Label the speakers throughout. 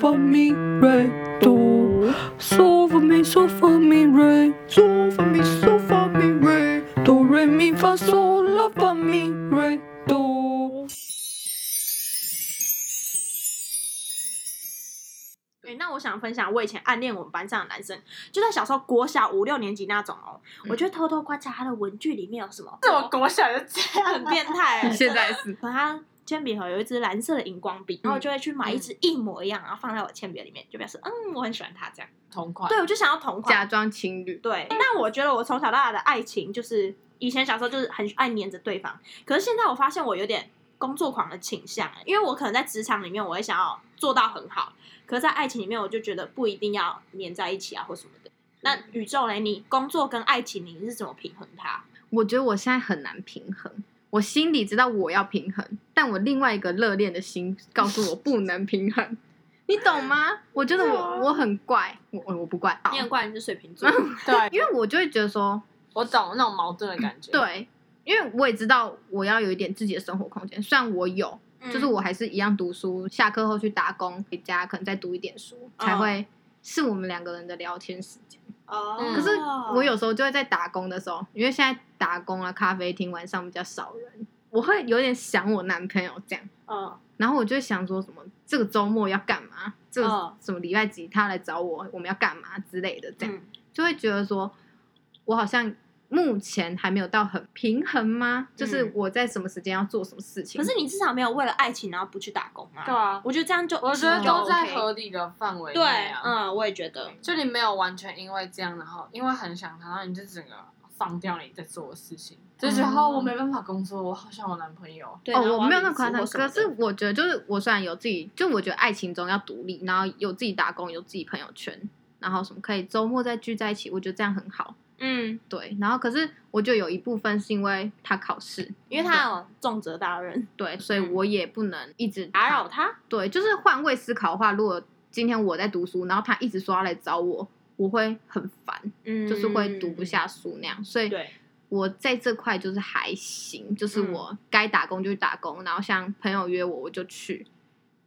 Speaker 1: for me right do so for me so for me right so for me so for me right do re mi fa so la for me right do
Speaker 2: 对，那我想分享，我以前暗恋我们班上的男生，就在小时候国小五六年级那种哦，我就偷偷观察他的文具里面有什么，
Speaker 3: 嗯这我国小就这样，
Speaker 2: 很变态、 欸。
Speaker 3: 现在是
Speaker 2: 可能他铅笔盒有一支蓝色的荧光笔，
Speaker 4: 嗯
Speaker 2: 然后我就会去买一支一模一样，然后放在我铅笔里面，就表示嗯我很喜欢他这样。
Speaker 3: 同款，
Speaker 2: 对，我就想要同
Speaker 4: 假
Speaker 2: 款。
Speaker 4: 装情侣，
Speaker 2: 对，但我觉得我从小到大的爱情就是以前小时候就是很爱黏着对方，可是现在我发现我有点工作狂的倾向，因为我可能在职场里面我会想要做到很好，可是在爱情里面我就觉得不一定要黏在一起啊或什么
Speaker 4: 嗯
Speaker 2: 的。那宇宙嘞，你工作跟爱情你是怎么平衡它？
Speaker 4: 我觉得我现在很难平衡。我心里知道我要平衡，但我另外一个热恋的心告诉我不能平衡，你懂吗？我觉得我我很怪，我我我不怪，
Speaker 2: 啊你很怪，你是水瓶座，
Speaker 3: 对，
Speaker 4: 因为我就会觉得说，
Speaker 3: 我懂那种矛盾的感觉。，
Speaker 4: 对，因为我也知道我要有一点自己的生活空间，虽然我有，
Speaker 2: 嗯
Speaker 4: 就是我还是一样读书，下课后去打工，回家可能再读一点书，
Speaker 2: 嗯
Speaker 4: 才会是我们两个人的聊天时间。
Speaker 2: 哦。
Speaker 3: 嗯
Speaker 4: 可是我有时候就会在打工的时候，因为现在打工啊，咖啡厅晚上比较少人，我会有点想我男朋友这样，
Speaker 2: 嗯
Speaker 4: 然后我就会想说什么这个周末要干嘛，这个
Speaker 2: 嗯
Speaker 4: 什么礼拜几他来找我，我们要干嘛之类的，这样、
Speaker 2: 嗯
Speaker 4: 就会觉得说，我好像目前还没有到很平衡吗？就是
Speaker 2: 嗯
Speaker 4: 我在什么时间要做什么事情？
Speaker 2: 可是你至少没有为了爱情然后不去打工啊。
Speaker 3: 对啊，
Speaker 2: 我觉得这样就
Speaker 3: 我觉得
Speaker 2: 就
Speaker 3: 都在
Speaker 2: OK
Speaker 3: 合理的范围内
Speaker 2: 对，
Speaker 3: 啊。
Speaker 2: 嗯，我也觉得，
Speaker 3: 就你没有完全因为这样，然后因为很想他，然后你就整个放掉你在做的事情，就觉得、
Speaker 4: 嗯
Speaker 3: 哦，我没办法工作，我好想我男朋友。
Speaker 2: 对，然后
Speaker 4: 哦，我没有那么
Speaker 2: 要
Speaker 4: 夸张，
Speaker 2: 离职或
Speaker 4: 可
Speaker 2: 什
Speaker 4: 是
Speaker 2: 么的
Speaker 4: 我觉得就是我虽然有自己，就我觉得爱情中要独立，然后有自己打工，有自己朋友圈，然后什么可以周末再聚在一起，我觉得这样很好。
Speaker 2: 嗯，
Speaker 4: 对，然后可是我就有一部分是因为他考试，
Speaker 2: 因为他有重责大任，
Speaker 4: 对，所以
Speaker 2: 嗯
Speaker 4: 我也不能一直
Speaker 2: 打扰。他，
Speaker 4: 对，就是换位思考的话，如果今天我在读书，然后他一直说要来找我，我会很烦，
Speaker 2: 嗯，
Speaker 4: 就是会读不下书那样。所以
Speaker 2: 对，
Speaker 4: 我在这块就是还行，就是
Speaker 2: 嗯
Speaker 4: 我该打工就去打工，然后像朋友约我我就去，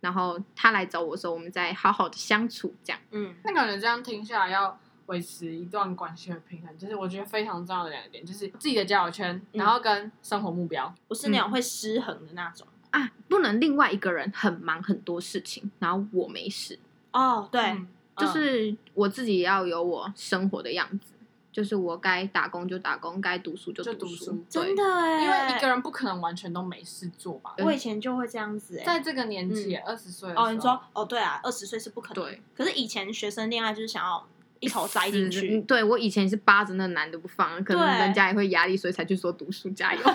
Speaker 4: 然后他来找我的时候，我们再好好的相处这样。
Speaker 2: 嗯，
Speaker 3: 那感觉这样听下来，要维持一段关系的平衡，就是我觉得非常重要的两个点，就是自己的交友圈，
Speaker 2: 嗯
Speaker 3: 然后跟生活目标。
Speaker 2: 不是
Speaker 4: 嗯
Speaker 2: 那种会失衡的那种。
Speaker 4: 啊，不能另外一个人很忙很多事情，然后我没事，
Speaker 2: 哦，对，
Speaker 3: 嗯
Speaker 4: 就
Speaker 2: 嗯
Speaker 4: 是我自己要有我生活的样子，就是我该打工就打工，该读书就
Speaker 3: 就
Speaker 4: 读
Speaker 3: 读
Speaker 4: 书
Speaker 3: 书，
Speaker 4: 对
Speaker 2: 真的哎，
Speaker 3: 因为一个人不可能完全都没事做吧。
Speaker 2: 我以前就会这样子哎
Speaker 3: 在。这个年纪，二十岁的时候
Speaker 2: 哦，你说哦，对啊，二十岁是不可能。
Speaker 4: 对，
Speaker 2: 可是以前学生恋爱就是想要一头栽进
Speaker 4: 死
Speaker 2: 去，
Speaker 4: 嗯对我以前是扒着那男的不放，可能
Speaker 2: 对
Speaker 4: 人家也会压力，所以才去说读书加油。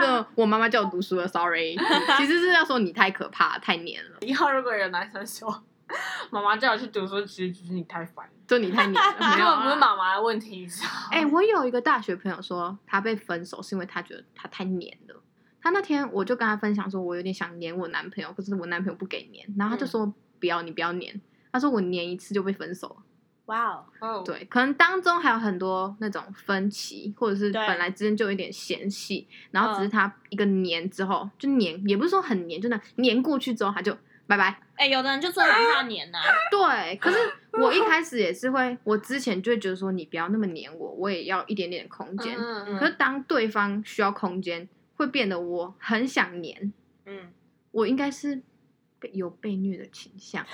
Speaker 4: 就我妈妈叫我读书了，sorry，其实是要说你太可怕，太黏了，
Speaker 3: 以后如果有男生说妈妈叫我去读书，其实就是你太烦了，
Speaker 4: 就你太黏了。没
Speaker 3: 根
Speaker 4: 有
Speaker 3: 本不是
Speaker 4: 啊。
Speaker 3: 妈妈的问题，你知道吗
Speaker 4: 哎、我有一个大学朋友说，他被分手是因为他觉得他太黏了。他那天我就跟他分享说，我有点想黏我男朋友，可是我男朋友不给黏，然后
Speaker 2: 嗯
Speaker 4: 他就说、不要，你不要黏。他说我黏一次就被分手了。
Speaker 2: 哇哦，
Speaker 3: 哦
Speaker 4: 对，可能当中还有很多那种分歧，或者是
Speaker 2: 对
Speaker 4: 本来之间就有点嫌隙，然后只是
Speaker 2: 嗯
Speaker 4: 他一个黏之后就黏，也不是说很黏，就那黏过去之后他就拜拜。
Speaker 2: 哎，有的人就真的很怕黏啊呐。
Speaker 4: 对，可是我一开始也是会，我之前就会觉得说你不要那么黏我，我也要一点点空间。
Speaker 3: 嗯嗯
Speaker 4: 可是当对方需要空间，会变得我很想黏，
Speaker 2: 嗯，
Speaker 4: 我应该是被有被虐的倾向。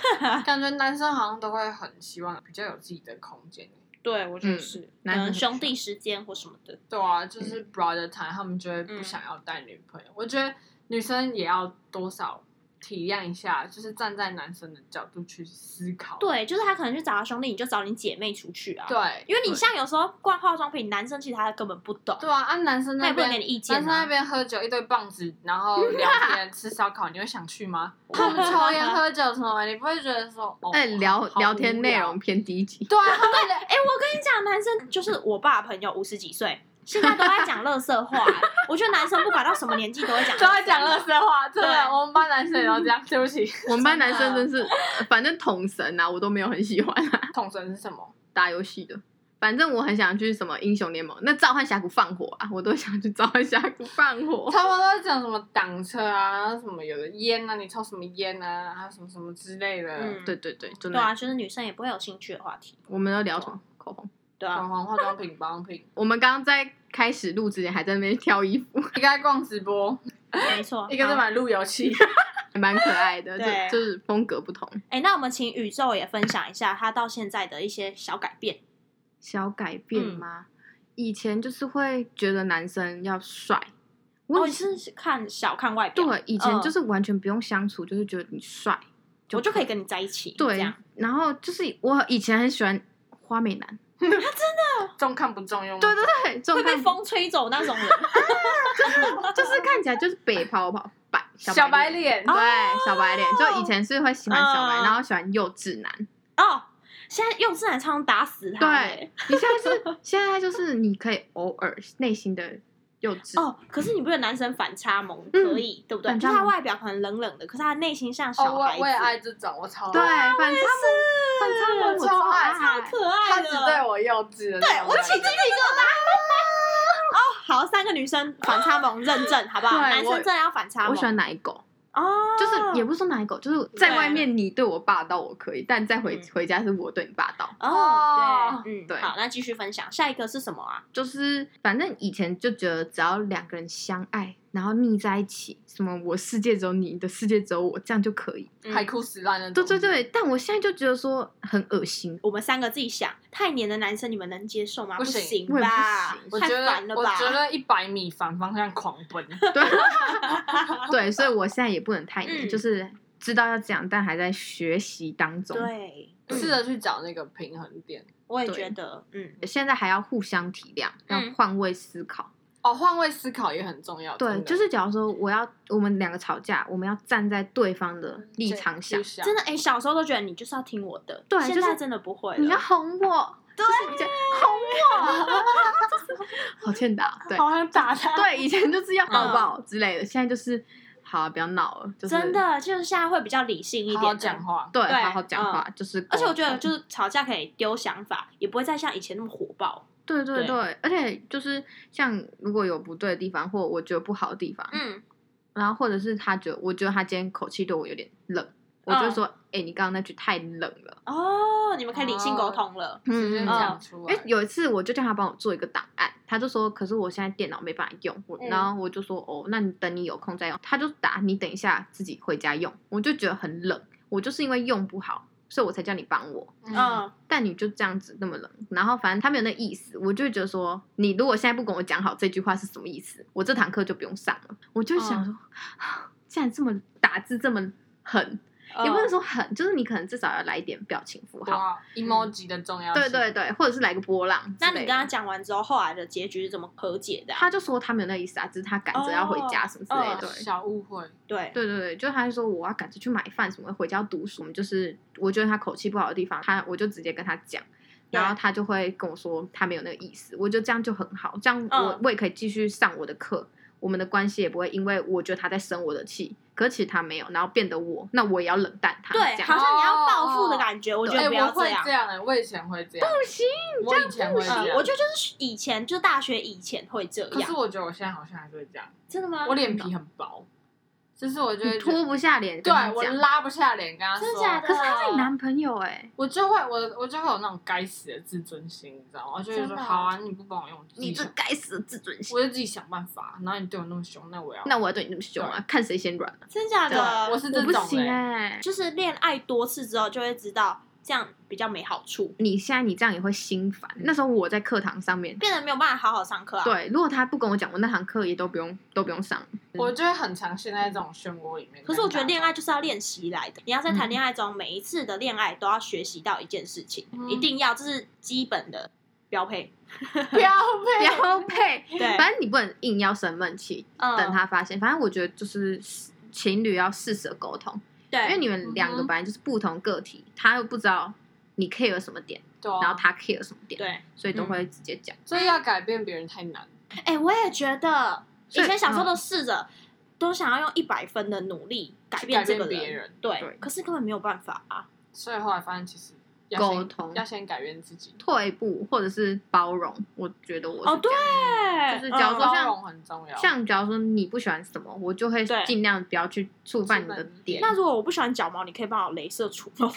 Speaker 3: 感觉男生好像都会很希望比较有自己的空间。
Speaker 2: 对，我觉得
Speaker 4: 嗯
Speaker 2: 是，可
Speaker 4: 男生
Speaker 2: 能
Speaker 4: 很
Speaker 2: 兄弟时间或什么的。
Speaker 3: 对啊，就是 brother time，他们就会不想要带女朋友。我觉得女生也要多少体谅一下，就是站在男生的角度去思考。
Speaker 2: 对，就是他可能去找他兄弟，你就找你姐妹出去啊。
Speaker 3: 对，
Speaker 2: 因为你像有时候逛化妆品，男生其实他根本不懂，
Speaker 3: 对啊，按男生
Speaker 2: 他
Speaker 3: 那
Speaker 2: 也不能给你
Speaker 3: 边。
Speaker 2: 意
Speaker 3: 男
Speaker 2: 见
Speaker 3: 生那
Speaker 2: 啊。
Speaker 3: 边喝酒一堆棒子，然后聊天吃烧烤，你会想去吗？ 他们抽烟喝酒什么，你不会觉得说哦，
Speaker 4: 哎，聊
Speaker 3: 好
Speaker 4: 聊天内。
Speaker 3: 好无
Speaker 4: 容
Speaker 3: 聊
Speaker 4: 偏低级，
Speaker 3: 对啊，他们
Speaker 2: 哎、我跟你讲，男生就是我爸的朋友，五十几岁，现在都在讲乐色话。欸 我觉得男生不管到什么年纪都会讲，
Speaker 3: 都在讲乐。色话，真的，
Speaker 2: 对
Speaker 3: 我们班男生也要这样。对不 起，
Speaker 4: 我们班
Speaker 2: 真
Speaker 4: 男
Speaker 2: 的
Speaker 4: 生真是，呃反正统神啊，我都没有很喜欢、啊、
Speaker 3: 统神是什么？
Speaker 4: 打游戏的。反正我很想去什么英雄联盟，那召唤峡谷放火啊，我都想去召唤峡谷放火。
Speaker 3: 他们都在讲什么挡车啊，然后什么有的烟啊，你抽什么烟啊，还有什么什么之类的。
Speaker 2: 嗯
Speaker 4: 对对对，
Speaker 2: 对
Speaker 4: 真的，
Speaker 2: 啊，就是女生也不会有兴趣的话题，
Speaker 4: 我们都聊什么口红？
Speaker 2: 对
Speaker 3: 口
Speaker 2: 啊，
Speaker 3: 红、化妆品、保养品，
Speaker 4: 我们刚刚在开始录之前还在那边挑衣服，
Speaker 3: 一个在逛直播，
Speaker 2: 没错。
Speaker 3: 一个在
Speaker 2: 好
Speaker 3: 买路由器。
Speaker 4: 还蛮可爱的，就
Speaker 2: 对
Speaker 4: 就是风格不同，
Speaker 2: 哎、那我们请宇宙也分享一下他到现在的一些小改变。
Speaker 4: 小改变
Speaker 2: 嗯
Speaker 4: 吗？以前就是会觉得男生要帅，
Speaker 2: 我
Speaker 4: 也
Speaker 2: 也哦是看小看外表，
Speaker 4: 对，以前
Speaker 2: 嗯
Speaker 4: 就是完全不用相处，就是觉得你帅，
Speaker 2: 我就可以跟你在一起。这
Speaker 4: 对
Speaker 2: 样，
Speaker 4: 然后就是我以前很喜欢花美男，
Speaker 3: 重看不重用。
Speaker 4: 对对对，这
Speaker 2: 会
Speaker 4: 种
Speaker 2: 被
Speaker 4: 看
Speaker 2: 风吹走那种 人。
Speaker 4: 啊就是看起来就是北跑跑白
Speaker 3: 小白
Speaker 4: 白
Speaker 3: 脸
Speaker 4: 对，小白脸，就以前是会喜欢小白，
Speaker 2: 嗯
Speaker 4: 然后喜欢幼稚男，
Speaker 2: 哦，现在用自然常常打死他、
Speaker 4: 对，你现在 是现在就是你可以偶尔内心的幼稚，
Speaker 2: 哦，可是你不觉得男生反差萌
Speaker 4: 嗯
Speaker 2: 可以，对不对？
Speaker 4: 反
Speaker 2: 就
Speaker 4: 差
Speaker 2: 是他
Speaker 4: 萌
Speaker 2: 外表很冷冷的，可是他内心像
Speaker 3: 哦，
Speaker 2: 小孩
Speaker 3: 我
Speaker 2: 子，
Speaker 3: 我也爱这种，我超
Speaker 4: 对，
Speaker 3: 爱。
Speaker 4: 反差萌，反差萌，
Speaker 3: 超
Speaker 4: 我
Speaker 3: 爱
Speaker 2: 超可
Speaker 3: 他
Speaker 2: 爱
Speaker 3: 只
Speaker 2: 的。
Speaker 3: 对我幼稚的那种感觉。
Speaker 2: 对我起鸡皮疙 瘩。哦，好，三个女生反差萌认证，好不好？
Speaker 4: 对
Speaker 2: 男生
Speaker 4: 我
Speaker 2: 真的要反差萌。
Speaker 4: 我喜欢奶狗，
Speaker 2: 哦，
Speaker 4: 就是也不是说奶狗，就是在
Speaker 2: 对嗯
Speaker 4: 外面你对我霸道我可以，但再回回家是我对你霸道，
Speaker 2: 哦
Speaker 3: 哦，
Speaker 2: 对，嗯，
Speaker 4: 对
Speaker 2: 好，那继续分享，下一个是什么啊？
Speaker 4: 就是反正以前就觉得只要两个人相爱，然后腻在一起，什么我世界只有你，你的世界只有我，这样就可以。
Speaker 2: 嗯
Speaker 3: 海枯石烂那种。
Speaker 4: 对对对，但我现在就觉得说很恶心，
Speaker 2: 我们三个自己想，太黏的男生你们能接受吗？
Speaker 3: 不行
Speaker 2: 行
Speaker 4: 我也不
Speaker 2: 吧
Speaker 4: 行，
Speaker 3: 我
Speaker 2: 太
Speaker 3: 觉得
Speaker 2: 烦了
Speaker 3: 我
Speaker 2: 吧？
Speaker 3: 觉得一百米反方向狂 奔，
Speaker 4: 对对，所以我现在也不能太黏，
Speaker 2: 嗯
Speaker 4: 就是知道要这样，但还在学习当中。
Speaker 2: 对，嗯
Speaker 3: 试着去找那个平衡点。
Speaker 2: 我也
Speaker 4: 对
Speaker 2: 觉得，嗯，
Speaker 4: 现在还要互相体谅，要
Speaker 2: 嗯
Speaker 4: 换位思考。
Speaker 3: 哦，换位思考也很重要。
Speaker 4: 对，
Speaker 3: 真的
Speaker 4: 就是假如说我要我们两个吵架，我们要站在对方的立
Speaker 3: 这
Speaker 4: 场想
Speaker 3: 去，想
Speaker 2: 真的，哎，小时候都觉得你就是要听我的，
Speaker 4: 对
Speaker 2: 现
Speaker 4: 就
Speaker 2: 在
Speaker 4: 是
Speaker 2: 真的不会了，
Speaker 4: 你要哄我，就是你这样哄我，就是好欠打。 对，
Speaker 3: 啊好想 打他。
Speaker 4: 对，以前就是要抱抱之类的，现在就是好、啊不要闹了，就
Speaker 2: 嗯
Speaker 4: 是
Speaker 2: 真的就是现在会比较理性一
Speaker 3: 好好
Speaker 2: 点的
Speaker 3: 讲。话。
Speaker 4: 对，
Speaker 2: 对嗯
Speaker 4: 好好讲话，就是
Speaker 2: 而
Speaker 4: 沟通。
Speaker 2: 且我觉得，就是吵架可以丢想法，也不会再像以前那么火爆。
Speaker 4: 对对
Speaker 2: 对
Speaker 4: 对，而且就是像如果有不对的地方，或我觉得不好的地方，
Speaker 2: 嗯，
Speaker 4: 然后或者是他觉得我觉得他今天口气对我有点冷，我
Speaker 2: 嗯
Speaker 4: 就会说，哎、你刚刚那句太冷了。
Speaker 2: 哦，你们可以理性沟通了。
Speaker 3: 直接
Speaker 4: 嗯
Speaker 3: 讲出
Speaker 4: 因为
Speaker 3: 来。
Speaker 4: 有一次我就叫他帮我做一个档案，他就说，可是我现在电脑没办法用，我
Speaker 2: 嗯
Speaker 4: 然后我就说，哦，那你等你有空再用。他就打你等一下自己回家用，我就觉得很冷，我就是因为用不好，所以我才叫你帮我。
Speaker 2: 嗯，
Speaker 4: 但你就这样子那么冷，然后反正他没有那意思，我就会觉得说，你如果现在不跟我讲好这句话是什么意思，我这堂课就不用上了。我就会
Speaker 2: 嗯
Speaker 4: 想说，啊既然这么打字这么狠，也不能
Speaker 2: 嗯
Speaker 4: 说狠，就是你可能至少要来一点表情符号，
Speaker 3: 好，emoji 的重要性。
Speaker 4: 对对对，或者是来个波浪之
Speaker 2: 那
Speaker 4: 类的。
Speaker 2: 你跟他讲完之后，后来的结局是怎么和解的啊？
Speaker 4: 他就说他没有那意思啊，只是他赶着要回家什么之类的。
Speaker 2: 哦
Speaker 4: 对
Speaker 3: 嗯小误会。
Speaker 2: 对，
Speaker 4: 对对对，就他就说我要赶着去买饭什么，回家读书。我们就是我觉得他口气不好的地方，他我就直接跟他讲，
Speaker 2: 对
Speaker 4: 然后他就会跟我说他没有那个意思。我觉得这样就很好，这样我、
Speaker 2: 嗯
Speaker 4: 我也可以继续上我的课，我们的关系也不会因为我觉得他在生我的气，可是其实他没有，然后变得我那我也要冷淡他。这
Speaker 2: 对，
Speaker 4: 样
Speaker 2: 好像你要报复的感觉，我觉
Speaker 3: 哎，
Speaker 2: 得不
Speaker 3: 我
Speaker 2: 要
Speaker 3: 会
Speaker 2: 样
Speaker 3: 这。样哎，我以前会这样。
Speaker 4: 不行，
Speaker 3: 我以前会这
Speaker 2: 嗯
Speaker 3: 样。
Speaker 2: 我觉得就是以前，就大学以前会这
Speaker 3: 可是
Speaker 2: 样，
Speaker 3: 我觉得我现在好像还是会这样。
Speaker 2: 真的吗？
Speaker 3: 我脸皮很薄，就是我觉
Speaker 4: 嗯你
Speaker 3: 得
Speaker 4: 脱不下脸
Speaker 3: 对
Speaker 4: 跟他
Speaker 3: 我
Speaker 4: 讲。
Speaker 3: 拉不下脸跟他说。
Speaker 2: 真的假的？
Speaker 4: 可是他是你男朋友哎、
Speaker 3: 我就会我我就会有那种该死的自尊心，你知道吗？我就会
Speaker 2: 真
Speaker 3: 说
Speaker 2: 的啊
Speaker 3: 好啊，你不帮我用，我自己
Speaker 4: 你这
Speaker 3: 想
Speaker 4: 该死的自尊心！
Speaker 3: 我就自己想办法。啊然后你对我那么凶，那我要
Speaker 4: 那我要对你那么凶啊，看谁先软啊、
Speaker 2: 真假的？
Speaker 3: 对我是
Speaker 4: 我
Speaker 3: 这
Speaker 4: 不
Speaker 3: 种
Speaker 4: 行
Speaker 3: 哎，
Speaker 4: 哎、
Speaker 2: 就是恋爱多次之后，就会知道这样比较没好处，
Speaker 4: 你现在你这样也会心烦。那时候我在课堂上面，
Speaker 2: 变得没有办法好好上课啊。，
Speaker 4: 对，如果他不跟我讲，我那堂课也都不用都不用上。
Speaker 3: 我就会很常陷在这种漩涡里面。
Speaker 2: 可是我觉得恋爱
Speaker 3: 就
Speaker 2: 就是要练习来的，你要在谈
Speaker 4: 嗯
Speaker 2: 恋爱中，每一次的恋爱都要学习到一件事情，
Speaker 3: 嗯
Speaker 2: 一定要，这是基本的标配。
Speaker 3: 标 配，
Speaker 4: 标配，
Speaker 2: 对，
Speaker 4: 反正你不能硬要生闷气，
Speaker 2: 嗯
Speaker 4: 等他发现。反正我觉得就是情侣要适时沟通，
Speaker 2: 对，
Speaker 4: 因为你们两个
Speaker 3: 嗯哼
Speaker 4: 本来就是不同个体，他又不知道你 care 什么点，
Speaker 3: 对啊
Speaker 4: 然后他 care 什么点，
Speaker 2: 对，
Speaker 4: 所以都会直接讲。
Speaker 3: 所以要改变别人太难。
Speaker 2: 哎、我也觉得，以
Speaker 4: 所以嗯
Speaker 2: 前小时候都试着，都想要用一百分的努力改变这个
Speaker 3: 去改变别人
Speaker 2: 对，
Speaker 4: 对
Speaker 2: 可是根本没有办法啊。
Speaker 3: 所以后来发现其实要先
Speaker 4: 沟通
Speaker 3: 要先改变自己。
Speaker 4: 退步或者是包容，我觉得我是
Speaker 2: 哦，对
Speaker 4: 这样，就是假如说
Speaker 2: 嗯
Speaker 3: 包
Speaker 4: 像
Speaker 3: 容很重要。
Speaker 4: 像假如说你不喜欢什么，我就会
Speaker 2: 对
Speaker 4: 尽量不要去触犯你的
Speaker 3: 触犯你
Speaker 4: 点。
Speaker 2: 那如果我不喜欢脚毛，你可以帮我镭射除毛吗。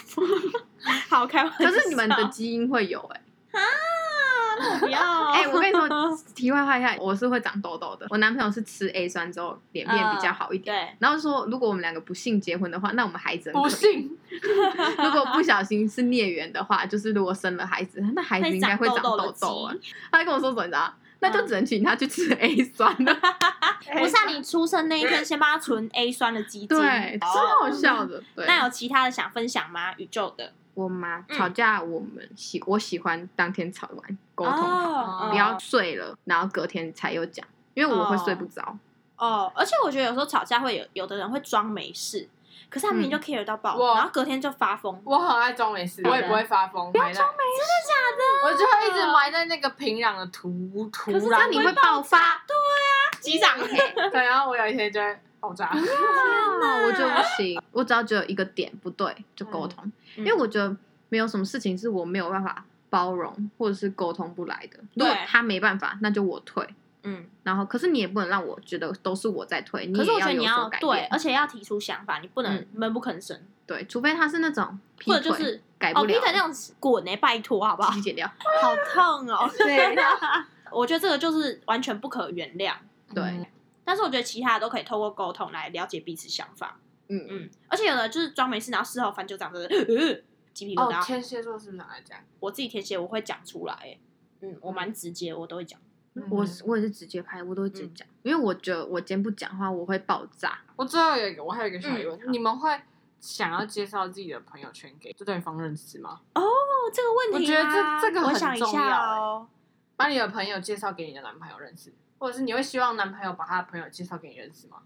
Speaker 2: 好，开玩笑。
Speaker 4: 可是你们
Speaker 2: 啊
Speaker 4: 的基因会有哎、
Speaker 2: 那我不要。
Speaker 4: 哎、我跟你说，题外话一下，我是会长痘痘的。我男朋友是吃 A 酸之后脸变
Speaker 2: 嗯
Speaker 4: 比较好一点。
Speaker 2: 对，
Speaker 4: 然后说，如果我们两个不幸结婚的话，那我们孩子很可
Speaker 3: 不
Speaker 4: 怜。
Speaker 3: 信，
Speaker 4: 如果不小心是孽缘的话，就是如果生了孩子，那孩子应该会长
Speaker 2: 痘
Speaker 4: 痘
Speaker 2: 的嗯
Speaker 4: 痘啊。
Speaker 2: 鸡
Speaker 4: 他还跟我说什么你知道？那就只能请他去吃 A 酸 了。
Speaker 2: 不是啊你出生那一天先帮他存 A 酸的基金。
Speaker 4: 对，
Speaker 2: 哦
Speaker 4: 超好笑的。对，
Speaker 2: 那有其他的想分享吗？宇宙的
Speaker 4: 我妈
Speaker 2: 嗯
Speaker 4: 吵架，我们喜我喜欢当天吵完沟通好，
Speaker 2: 哦
Speaker 4: 不要睡了，然后隔天才有讲，因为我会睡不着。
Speaker 2: 哦。而且我觉得有时候吵架会有有的人会装没事，可是他明明就
Speaker 4: 嗯
Speaker 2: care 到爆，
Speaker 3: 我
Speaker 2: 然后隔天就发疯。
Speaker 3: 我很爱装没事，我也不会发疯，不要装没事，真的假的？我就会一直埋在那个平壤的土土
Speaker 4: 可是这
Speaker 3: 壤
Speaker 4: 样
Speaker 3: 里
Speaker 4: 你会爆发，
Speaker 2: 机 长，
Speaker 3: 对，然后我有一天就会爆炸。
Speaker 4: 哦，我就不行，我只要只有一个点不对就
Speaker 2: 嗯
Speaker 4: 沟通，因为我觉得没有什么事情是我没有办法包容或者是沟通不来的。如果他没办法，那就我退。
Speaker 2: 嗯，
Speaker 4: 然后，可是你也不能让我觉得都是我在退，
Speaker 2: 可
Speaker 4: 也
Speaker 2: 是我觉得
Speaker 4: 有
Speaker 2: 你
Speaker 4: 所
Speaker 2: 要
Speaker 4: 改
Speaker 2: 对，
Speaker 4: 变。
Speaker 2: 而且要提出想法，你不能
Speaker 4: 嗯
Speaker 2: 闷不吭声，
Speaker 4: 对，除非他是那种劈
Speaker 2: 或者
Speaker 4: 腿，
Speaker 2: 就是
Speaker 4: 改
Speaker 2: 哦，
Speaker 4: 不了，
Speaker 2: 劈腿那种滚呢，拜托好不好
Speaker 4: 自己？剪掉。
Speaker 2: 好痛哦！
Speaker 4: 对，
Speaker 2: 我觉得这个就是完全不可原谅。
Speaker 4: 对
Speaker 3: 嗯，
Speaker 2: 但是我觉得其他的都可以透过沟通来了解彼此想法。
Speaker 4: 嗯
Speaker 2: 嗯，而且有的就是装没事，然后事后翻旧账，真的呃鸡皮疙
Speaker 4: 啊
Speaker 3: 哦，
Speaker 2: 瘩。
Speaker 3: 天蝎座是不是很爱这样？
Speaker 2: 我自己填写我会讲出来、欸嗯，我蛮直接，我都会讲。嗯
Speaker 4: 我是我也是直接拍，我都会直接讲，因为我觉得我今天不讲话我会爆炸。
Speaker 3: 我最后有一个，我还有一个小疑问，你们会想要介绍自己的朋友圈给对方认识吗？
Speaker 2: 哦，这个问题
Speaker 3: 我觉得这
Speaker 2: 啊
Speaker 3: 这个
Speaker 2: 我
Speaker 3: 很
Speaker 2: 想一
Speaker 3: 重
Speaker 2: 下
Speaker 3: 要欸
Speaker 2: 哦。
Speaker 3: 把你的朋友介绍给你的男朋友认识，或者是你会希望男朋友把他的朋友介绍给你认识吗？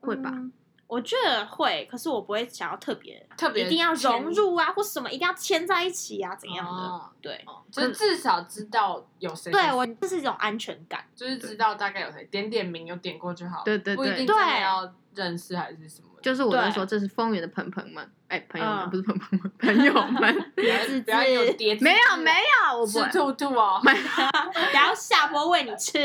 Speaker 4: 会吧
Speaker 2: 嗯我觉得会，可是我不会想要特别
Speaker 3: 特别
Speaker 2: 一定要
Speaker 3: 牵
Speaker 2: 融入啊，或什么一定要牵在一起啊，怎样的？
Speaker 3: 哦
Speaker 2: 对，
Speaker 3: 哦，就是至少知道有谁，
Speaker 2: 对我这是一种安全感。
Speaker 3: 就是知道大概有谁，点点名有点过就好，
Speaker 4: 对对
Speaker 3: 不一
Speaker 4: 对
Speaker 3: 定真的要认识还是什么的，
Speaker 4: 就是我在
Speaker 2: 对
Speaker 4: 说，这是丰原的朋朋们，哎，朋友们
Speaker 2: 嗯
Speaker 4: 不是朋朋们，朋友 们，
Speaker 3: 不要
Speaker 2: 字
Speaker 3: 不要有叠字字啊
Speaker 4: 没有没有，我不
Speaker 3: 吃
Speaker 4: 会。
Speaker 3: 兔兔哦，
Speaker 2: 然后下播喂你吃，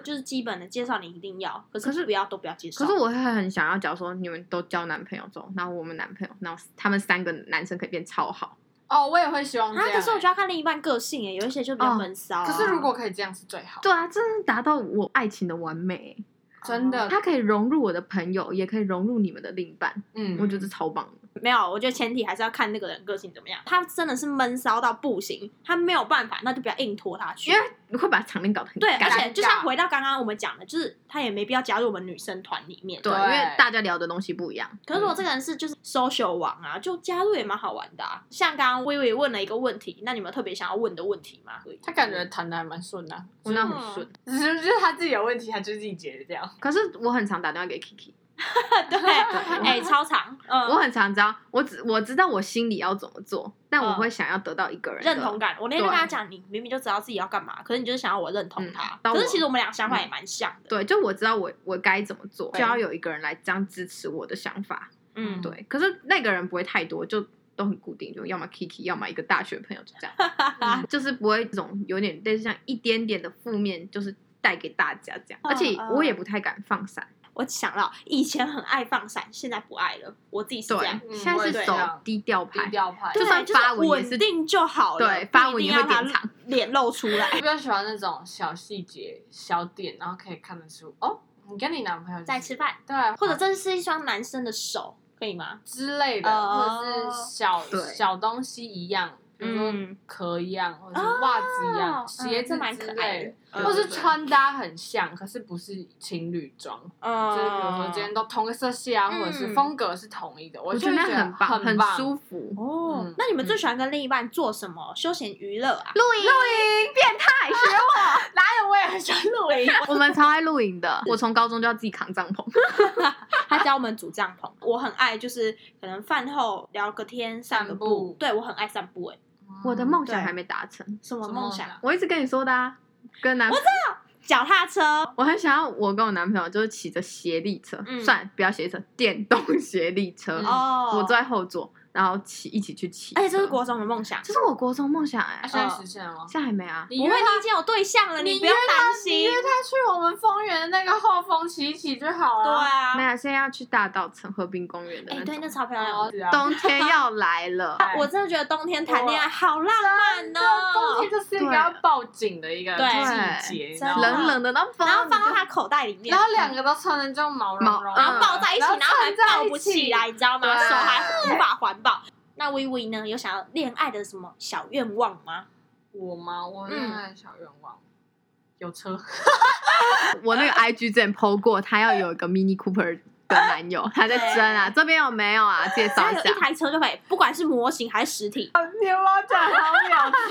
Speaker 2: 就是基本的介绍你一定要，可
Speaker 4: 可是
Speaker 2: 是不要都不要介绍。
Speaker 4: 可是我会很想要，假如说你们都交男朋友之后，然后我们男朋友，然后他们三个男生可以变超好，
Speaker 3: 哦，我也会希望这
Speaker 2: 啊，
Speaker 3: 样。欸
Speaker 2: 可是我觉得要看另一半个性诶，有一些就比较
Speaker 4: 哦
Speaker 2: 闷骚啊、
Speaker 3: 可是如果可以这样是最好，
Speaker 4: 对啊，真是达到我爱情的完美。
Speaker 3: 真的，
Speaker 4: 他可以融入我的朋友，也可以融入你们的另一半，
Speaker 3: 嗯，
Speaker 4: 我觉得这超棒的。
Speaker 2: 没有，我觉得前提还是要看那个人个性怎么样。他真的是闷骚到不行，他没有办法，那就不要硬拖他去。
Speaker 4: 因为会把场面搞得很
Speaker 2: 对，
Speaker 4: 尴
Speaker 2: 而
Speaker 4: 尬
Speaker 2: 且就像回到刚刚我们讲的，就是他也没必要加入我们女生团里面。
Speaker 4: 对，
Speaker 3: 对
Speaker 4: 因为大家聊的东西不一样。
Speaker 2: 可是如果这个人是就是 social 王啊，就加入也蛮好玩的啊。像刚刚微微问了一个问题，那你们有特别想要问的问题吗？
Speaker 3: 他感觉谈的还蛮顺的，
Speaker 4: 我那很顺，
Speaker 3: 只是就是他自己有问题，他就自己解 决掉。
Speaker 4: 可是我很常打电话给 Kiki，
Speaker 2: 对， 哎、超长，嗯，
Speaker 4: 我很常知道，我只我知道我心里要怎么做，但我
Speaker 2: 嗯
Speaker 4: 会想要得到一个人的
Speaker 2: 认同感。我那天就
Speaker 4: 对
Speaker 2: 跟他讲，你明明就知道自己要干嘛，可是你就是想要我认同
Speaker 4: 嗯
Speaker 2: 他。
Speaker 4: 但
Speaker 2: 可是
Speaker 4: 我嗯
Speaker 2: 其实我们俩想法也蛮像的。
Speaker 4: 对，就我知道我我该怎么做，
Speaker 2: 对
Speaker 4: 就要有一个人来这样支持我的想法。
Speaker 2: 嗯，
Speaker 4: 对，可是那个人不会太多，就都很固定，就要么 Kiki，要么一个大学朋友，就这样，
Speaker 3: 嗯
Speaker 4: 就是不会这种有点类似像一点点的负面，就是带给大家这样。而且
Speaker 2: 嗯
Speaker 4: 我也不太敢放闪，
Speaker 2: 我想到以前很爱放闪，现在不爱了。我自己是这样，
Speaker 4: 对，
Speaker 3: 嗯
Speaker 4: 现
Speaker 3: 我
Speaker 4: 在
Speaker 3: 也
Speaker 4: 是
Speaker 3: 这
Speaker 4: 走
Speaker 3: 样
Speaker 4: 低调
Speaker 3: 低
Speaker 4: 派。
Speaker 3: 调派，
Speaker 4: 就
Speaker 2: 对
Speaker 4: 算发文也是
Speaker 2: 稳定就好了，
Speaker 4: 对发文也会
Speaker 2: 不一定要
Speaker 4: 点藏
Speaker 2: 他 脸露出来
Speaker 3: 我。比较喜欢那种小细节、小点，然后可以看得出哦，你跟你男朋友
Speaker 2: 在吃饭，
Speaker 3: 对，啊
Speaker 2: 或者这是一双男生的手，可以吗？
Speaker 3: 之类的，
Speaker 2: 哦
Speaker 3: 或者是小
Speaker 4: 对
Speaker 3: 小东西一样，比如说
Speaker 2: 嗯
Speaker 3: 壳一样，或者是袜子一样，
Speaker 2: 哦
Speaker 3: 鞋
Speaker 2: 嗯这
Speaker 3: 子
Speaker 2: 蛮
Speaker 3: 之
Speaker 2: 可爱
Speaker 3: 类
Speaker 2: 的
Speaker 3: 的，或是
Speaker 4: 对对对
Speaker 3: 穿搭很像，可是不是情侣装，
Speaker 2: 嗯
Speaker 3: 就是比如说今天都同个色系啊，
Speaker 2: 嗯
Speaker 3: 或者是风格是同一的，我
Speaker 4: 我
Speaker 3: 就
Speaker 4: 觉
Speaker 3: 会
Speaker 4: 得那
Speaker 3: 觉得
Speaker 4: 很棒，
Speaker 3: 很
Speaker 4: 很
Speaker 3: 棒
Speaker 4: 舒服。
Speaker 2: 哦，
Speaker 3: 嗯
Speaker 2: 那你们最喜欢跟另一半做什么休闲娱乐啊？
Speaker 4: 露营，露营，变态，学
Speaker 3: 哪有哎我也很喜欢露营，
Speaker 4: 我们超爱露营的，我从高中就要自己扛帐篷。
Speaker 2: 他教我们组帐篷，我很爱，就是可能饭后聊个天、散个
Speaker 3: 散
Speaker 2: 步
Speaker 3: 步。
Speaker 2: 对我很爱散步，哎，
Speaker 4: 我的梦想
Speaker 2: 对
Speaker 4: 还没达成，
Speaker 2: 什么
Speaker 3: 什么
Speaker 2: 梦
Speaker 3: 梦
Speaker 2: 想？
Speaker 3: 想？
Speaker 4: 我一直跟你说的啊，跟男，我
Speaker 2: 脚踏车。
Speaker 4: 很想要，我跟我男朋友就是骑着斜立车，
Speaker 2: 嗯
Speaker 4: 算不要斜立车，电动斜立车，
Speaker 3: 嗯
Speaker 2: 哦，
Speaker 4: 我坐在后座，然后骑一起去骑车。
Speaker 2: 而且这是国中的梦想，
Speaker 4: 这是我国中梦想哎、
Speaker 3: 啊现在实现了吗？
Speaker 4: 现在还没啊。
Speaker 3: 你
Speaker 2: 不
Speaker 3: 约
Speaker 2: 会，呃你已
Speaker 3: 他，
Speaker 2: 经有对象了，
Speaker 3: 你
Speaker 2: 不
Speaker 3: 约
Speaker 2: 用
Speaker 3: 他
Speaker 2: 担，
Speaker 3: 你
Speaker 2: 心
Speaker 3: 约。他去我们丰原的那个后风骑一骑就好
Speaker 2: 对
Speaker 3: 了。
Speaker 2: 啊
Speaker 4: 没，有，现在要去大稻城河滨公园的
Speaker 2: 哎，
Speaker 4: 那
Speaker 2: 对，那
Speaker 4: 种。
Speaker 2: 超漂亮
Speaker 3: 哦
Speaker 2: 的。
Speaker 3: 是啊，
Speaker 4: 冬天要来 了，
Speaker 2: 啊我真的觉得冬天谈恋爱好浪漫
Speaker 3: 冬
Speaker 2: 哦
Speaker 3: 天，这是一个要报警的一个
Speaker 2: 对
Speaker 3: 季节，你知
Speaker 2: 真
Speaker 3: 道
Speaker 2: 的
Speaker 3: 吗？
Speaker 4: 冷冷的，然后
Speaker 2: 然后
Speaker 4: 你
Speaker 2: 放
Speaker 4: 就
Speaker 2: 到他口袋里面，
Speaker 3: 然后两个都穿的就毛茸茸的，
Speaker 4: 毛
Speaker 2: 然后抱在一起，然后还
Speaker 3: 然后
Speaker 2: 抱不起来，你知道吗？
Speaker 3: 对
Speaker 2: 手还无法环抱。那微微呢？有想要恋爱的什么小愿望吗？
Speaker 3: 我吗？我
Speaker 2: 嗯
Speaker 3: 恋爱小愿望，有车。
Speaker 4: 我那个 IG 之前 PO 过，他要有一个 Mini Cooper 的男友，他在争啊，这边有没有啊？介
Speaker 2: 只
Speaker 4: 绍
Speaker 2: 要
Speaker 4: 一
Speaker 2: 有
Speaker 4: 下
Speaker 2: 一。台车就可以，不管是模型还是实体。
Speaker 3: 你有没有讲好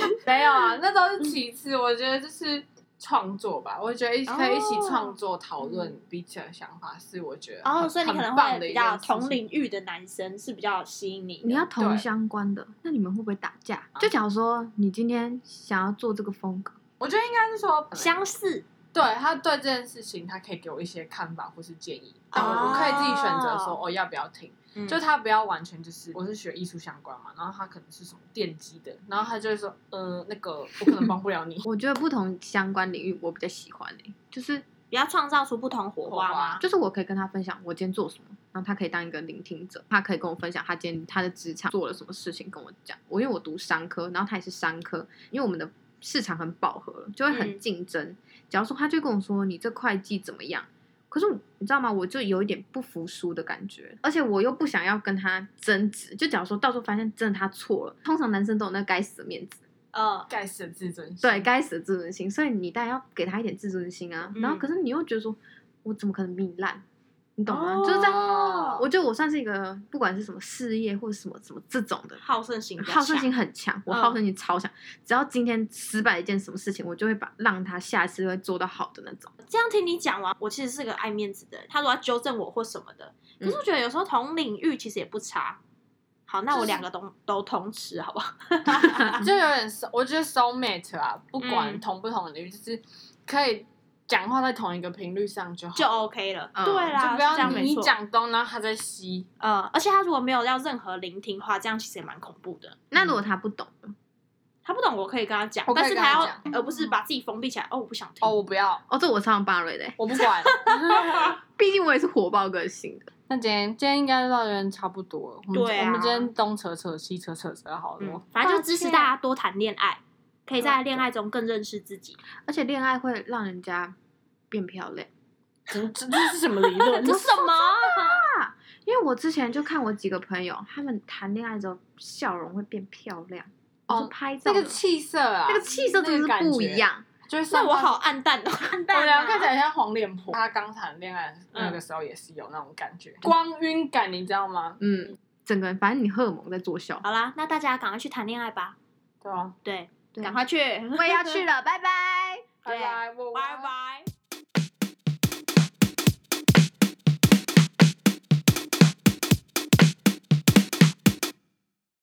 Speaker 3: 有趣？没有啊，那都是其次。我觉得就是创作吧，我觉得一
Speaker 2: 哦
Speaker 3: 起可以一起创作讨论彼此的想法，是我觉得
Speaker 2: 然后，
Speaker 3: 很
Speaker 2: 哦所以你可能
Speaker 3: 很棒
Speaker 2: 会
Speaker 3: 的
Speaker 2: 比
Speaker 3: 一件
Speaker 2: 较
Speaker 3: 事情
Speaker 2: 同领域的男生是比较吸引你的。
Speaker 4: 你要同
Speaker 3: 对
Speaker 4: 相关的，那你们会不会打架？
Speaker 2: 嗯
Speaker 4: 就假如说你今天想要做这个风格，。
Speaker 3: 我觉得应该是说
Speaker 2: 相似，
Speaker 3: 对他对这件事情，他可以给我一些看法或是建议，但
Speaker 2: 哦嗯
Speaker 3: 我我可以自己选择说哦要不要听。就
Speaker 2: 就
Speaker 3: 他不要完全就是我是学艺术相关嘛，然后他可能是什么电机的，然后他就会说呃那个我可能帮不了你
Speaker 4: 我觉得不同相关领域我比较喜欢诶、就是
Speaker 2: 比较创造出不同火花
Speaker 3: 火花
Speaker 2: 吗？
Speaker 4: 就是我可以跟他分享我今天做什么，然后他可以当一个聆听者，他可以跟我分享他今天他的职场做了什么事情跟我讲。我因为我读商科，然后他也是商科，因为我们的市场很饱和了，就会
Speaker 2: 嗯
Speaker 4: 很竞争。假如说他就跟我说你这会计怎么样，可是我你知道吗？我就有一点不服输的感觉，而且我又不想要跟他争执。就假如说到时候发现真的他错了，通常男生都有那该死的面子，
Speaker 2: 嗯，
Speaker 3: 盖世的自尊心，
Speaker 4: 对，该死的自尊心，所以你当然要给他一点自尊心啊。然后，
Speaker 2: 嗯
Speaker 4: 可是你又觉得说，我怎么可能比你烂？你懂吗？
Speaker 2: 哦
Speaker 4: 就是在，
Speaker 2: 哦
Speaker 4: 我觉得我算是一个不管是什么事业或者什么什么这种的，
Speaker 2: 好胜心比较强，
Speaker 4: 好胜心很强，我
Speaker 2: 嗯
Speaker 4: 好胜心超强。只要今天失败一件什么事情，我就会把让他下次会做到好的那种。
Speaker 2: 这样听你讲完，我其实是个爱面子的人。他如果要纠正我或什么的，可是
Speaker 4: 嗯
Speaker 2: 我觉得有时候同领域其实也不差。好，那
Speaker 3: 就
Speaker 2: 我
Speaker 3: 是哦
Speaker 2: 两个都都通吃，好不好？
Speaker 3: 就有点收，我觉得 soul mate 啊，不管
Speaker 2: 啊嗯
Speaker 3: 同不同的领域，就是可以讲话在同一个频率上就好，
Speaker 2: 就 OK 了。
Speaker 4: 嗯
Speaker 2: 对啦，
Speaker 3: 就不
Speaker 2: 是这
Speaker 3: 要
Speaker 2: 样没
Speaker 3: 你
Speaker 2: 错。
Speaker 3: 讲东，然后他在西，
Speaker 2: 呃，而且他如果没有要任何聆听的话，这样其实也蛮恐怖的。
Speaker 4: 那如果他不懂呢，
Speaker 2: 他不懂，我可以跟他讲
Speaker 3: 我，可以
Speaker 2: 但是
Speaker 3: 跟
Speaker 2: 他
Speaker 3: 他
Speaker 2: 要
Speaker 3: 讲
Speaker 2: 而不是把自己封闭起来。哦，我不想听。
Speaker 3: 哦，我不要，
Speaker 4: 哦，这我超巴瑞的欸，
Speaker 3: 我不 管。
Speaker 4: 毕竟我也是火爆个性的。
Speaker 3: 那今天今天应该到这边差不多了，我们
Speaker 2: 对啊
Speaker 3: 我们今天东扯扯西扯扯扯好了
Speaker 2: 嗯，，反正就支持
Speaker 4: 抱歉
Speaker 2: 大家多谈恋爱，可以在恋爱中更认识自己。
Speaker 4: 而且恋爱会让人家变漂亮。
Speaker 3: 这这这是什么理 论？
Speaker 2: 这什么啊？
Speaker 4: 因为我之前就看我几个朋友，他们谈恋爱之后笑容会变漂亮，
Speaker 3: 哦
Speaker 4: 哦，拍照
Speaker 3: 那
Speaker 4: 的
Speaker 3: 个气色啊，
Speaker 4: 那个气色真的
Speaker 3: 那
Speaker 4: 是
Speaker 3: 个
Speaker 4: 不一
Speaker 3: 感
Speaker 4: 样。
Speaker 3: 觉，就是
Speaker 2: 那
Speaker 3: 散
Speaker 2: 我
Speaker 3: 发
Speaker 2: 好暗淡哦， 暗
Speaker 3: 我
Speaker 2: 淡
Speaker 3: 们俩
Speaker 2: 啊。嗯
Speaker 3: 看起来像黄脸婆，她刚谈恋爱那个时候也是有那种感觉，光晕感，你知道吗？
Speaker 4: 嗯，整个人反正你荷尔蒙在作效。
Speaker 3: 啊
Speaker 2: 好啦，那大家赶快去谈恋爱吧。
Speaker 3: 对啊，
Speaker 2: 对，
Speaker 4: 对
Speaker 2: 赶快去。
Speaker 4: 我也要去了，拜拜。
Speaker 3: 拜拜，我
Speaker 2: 拜拜。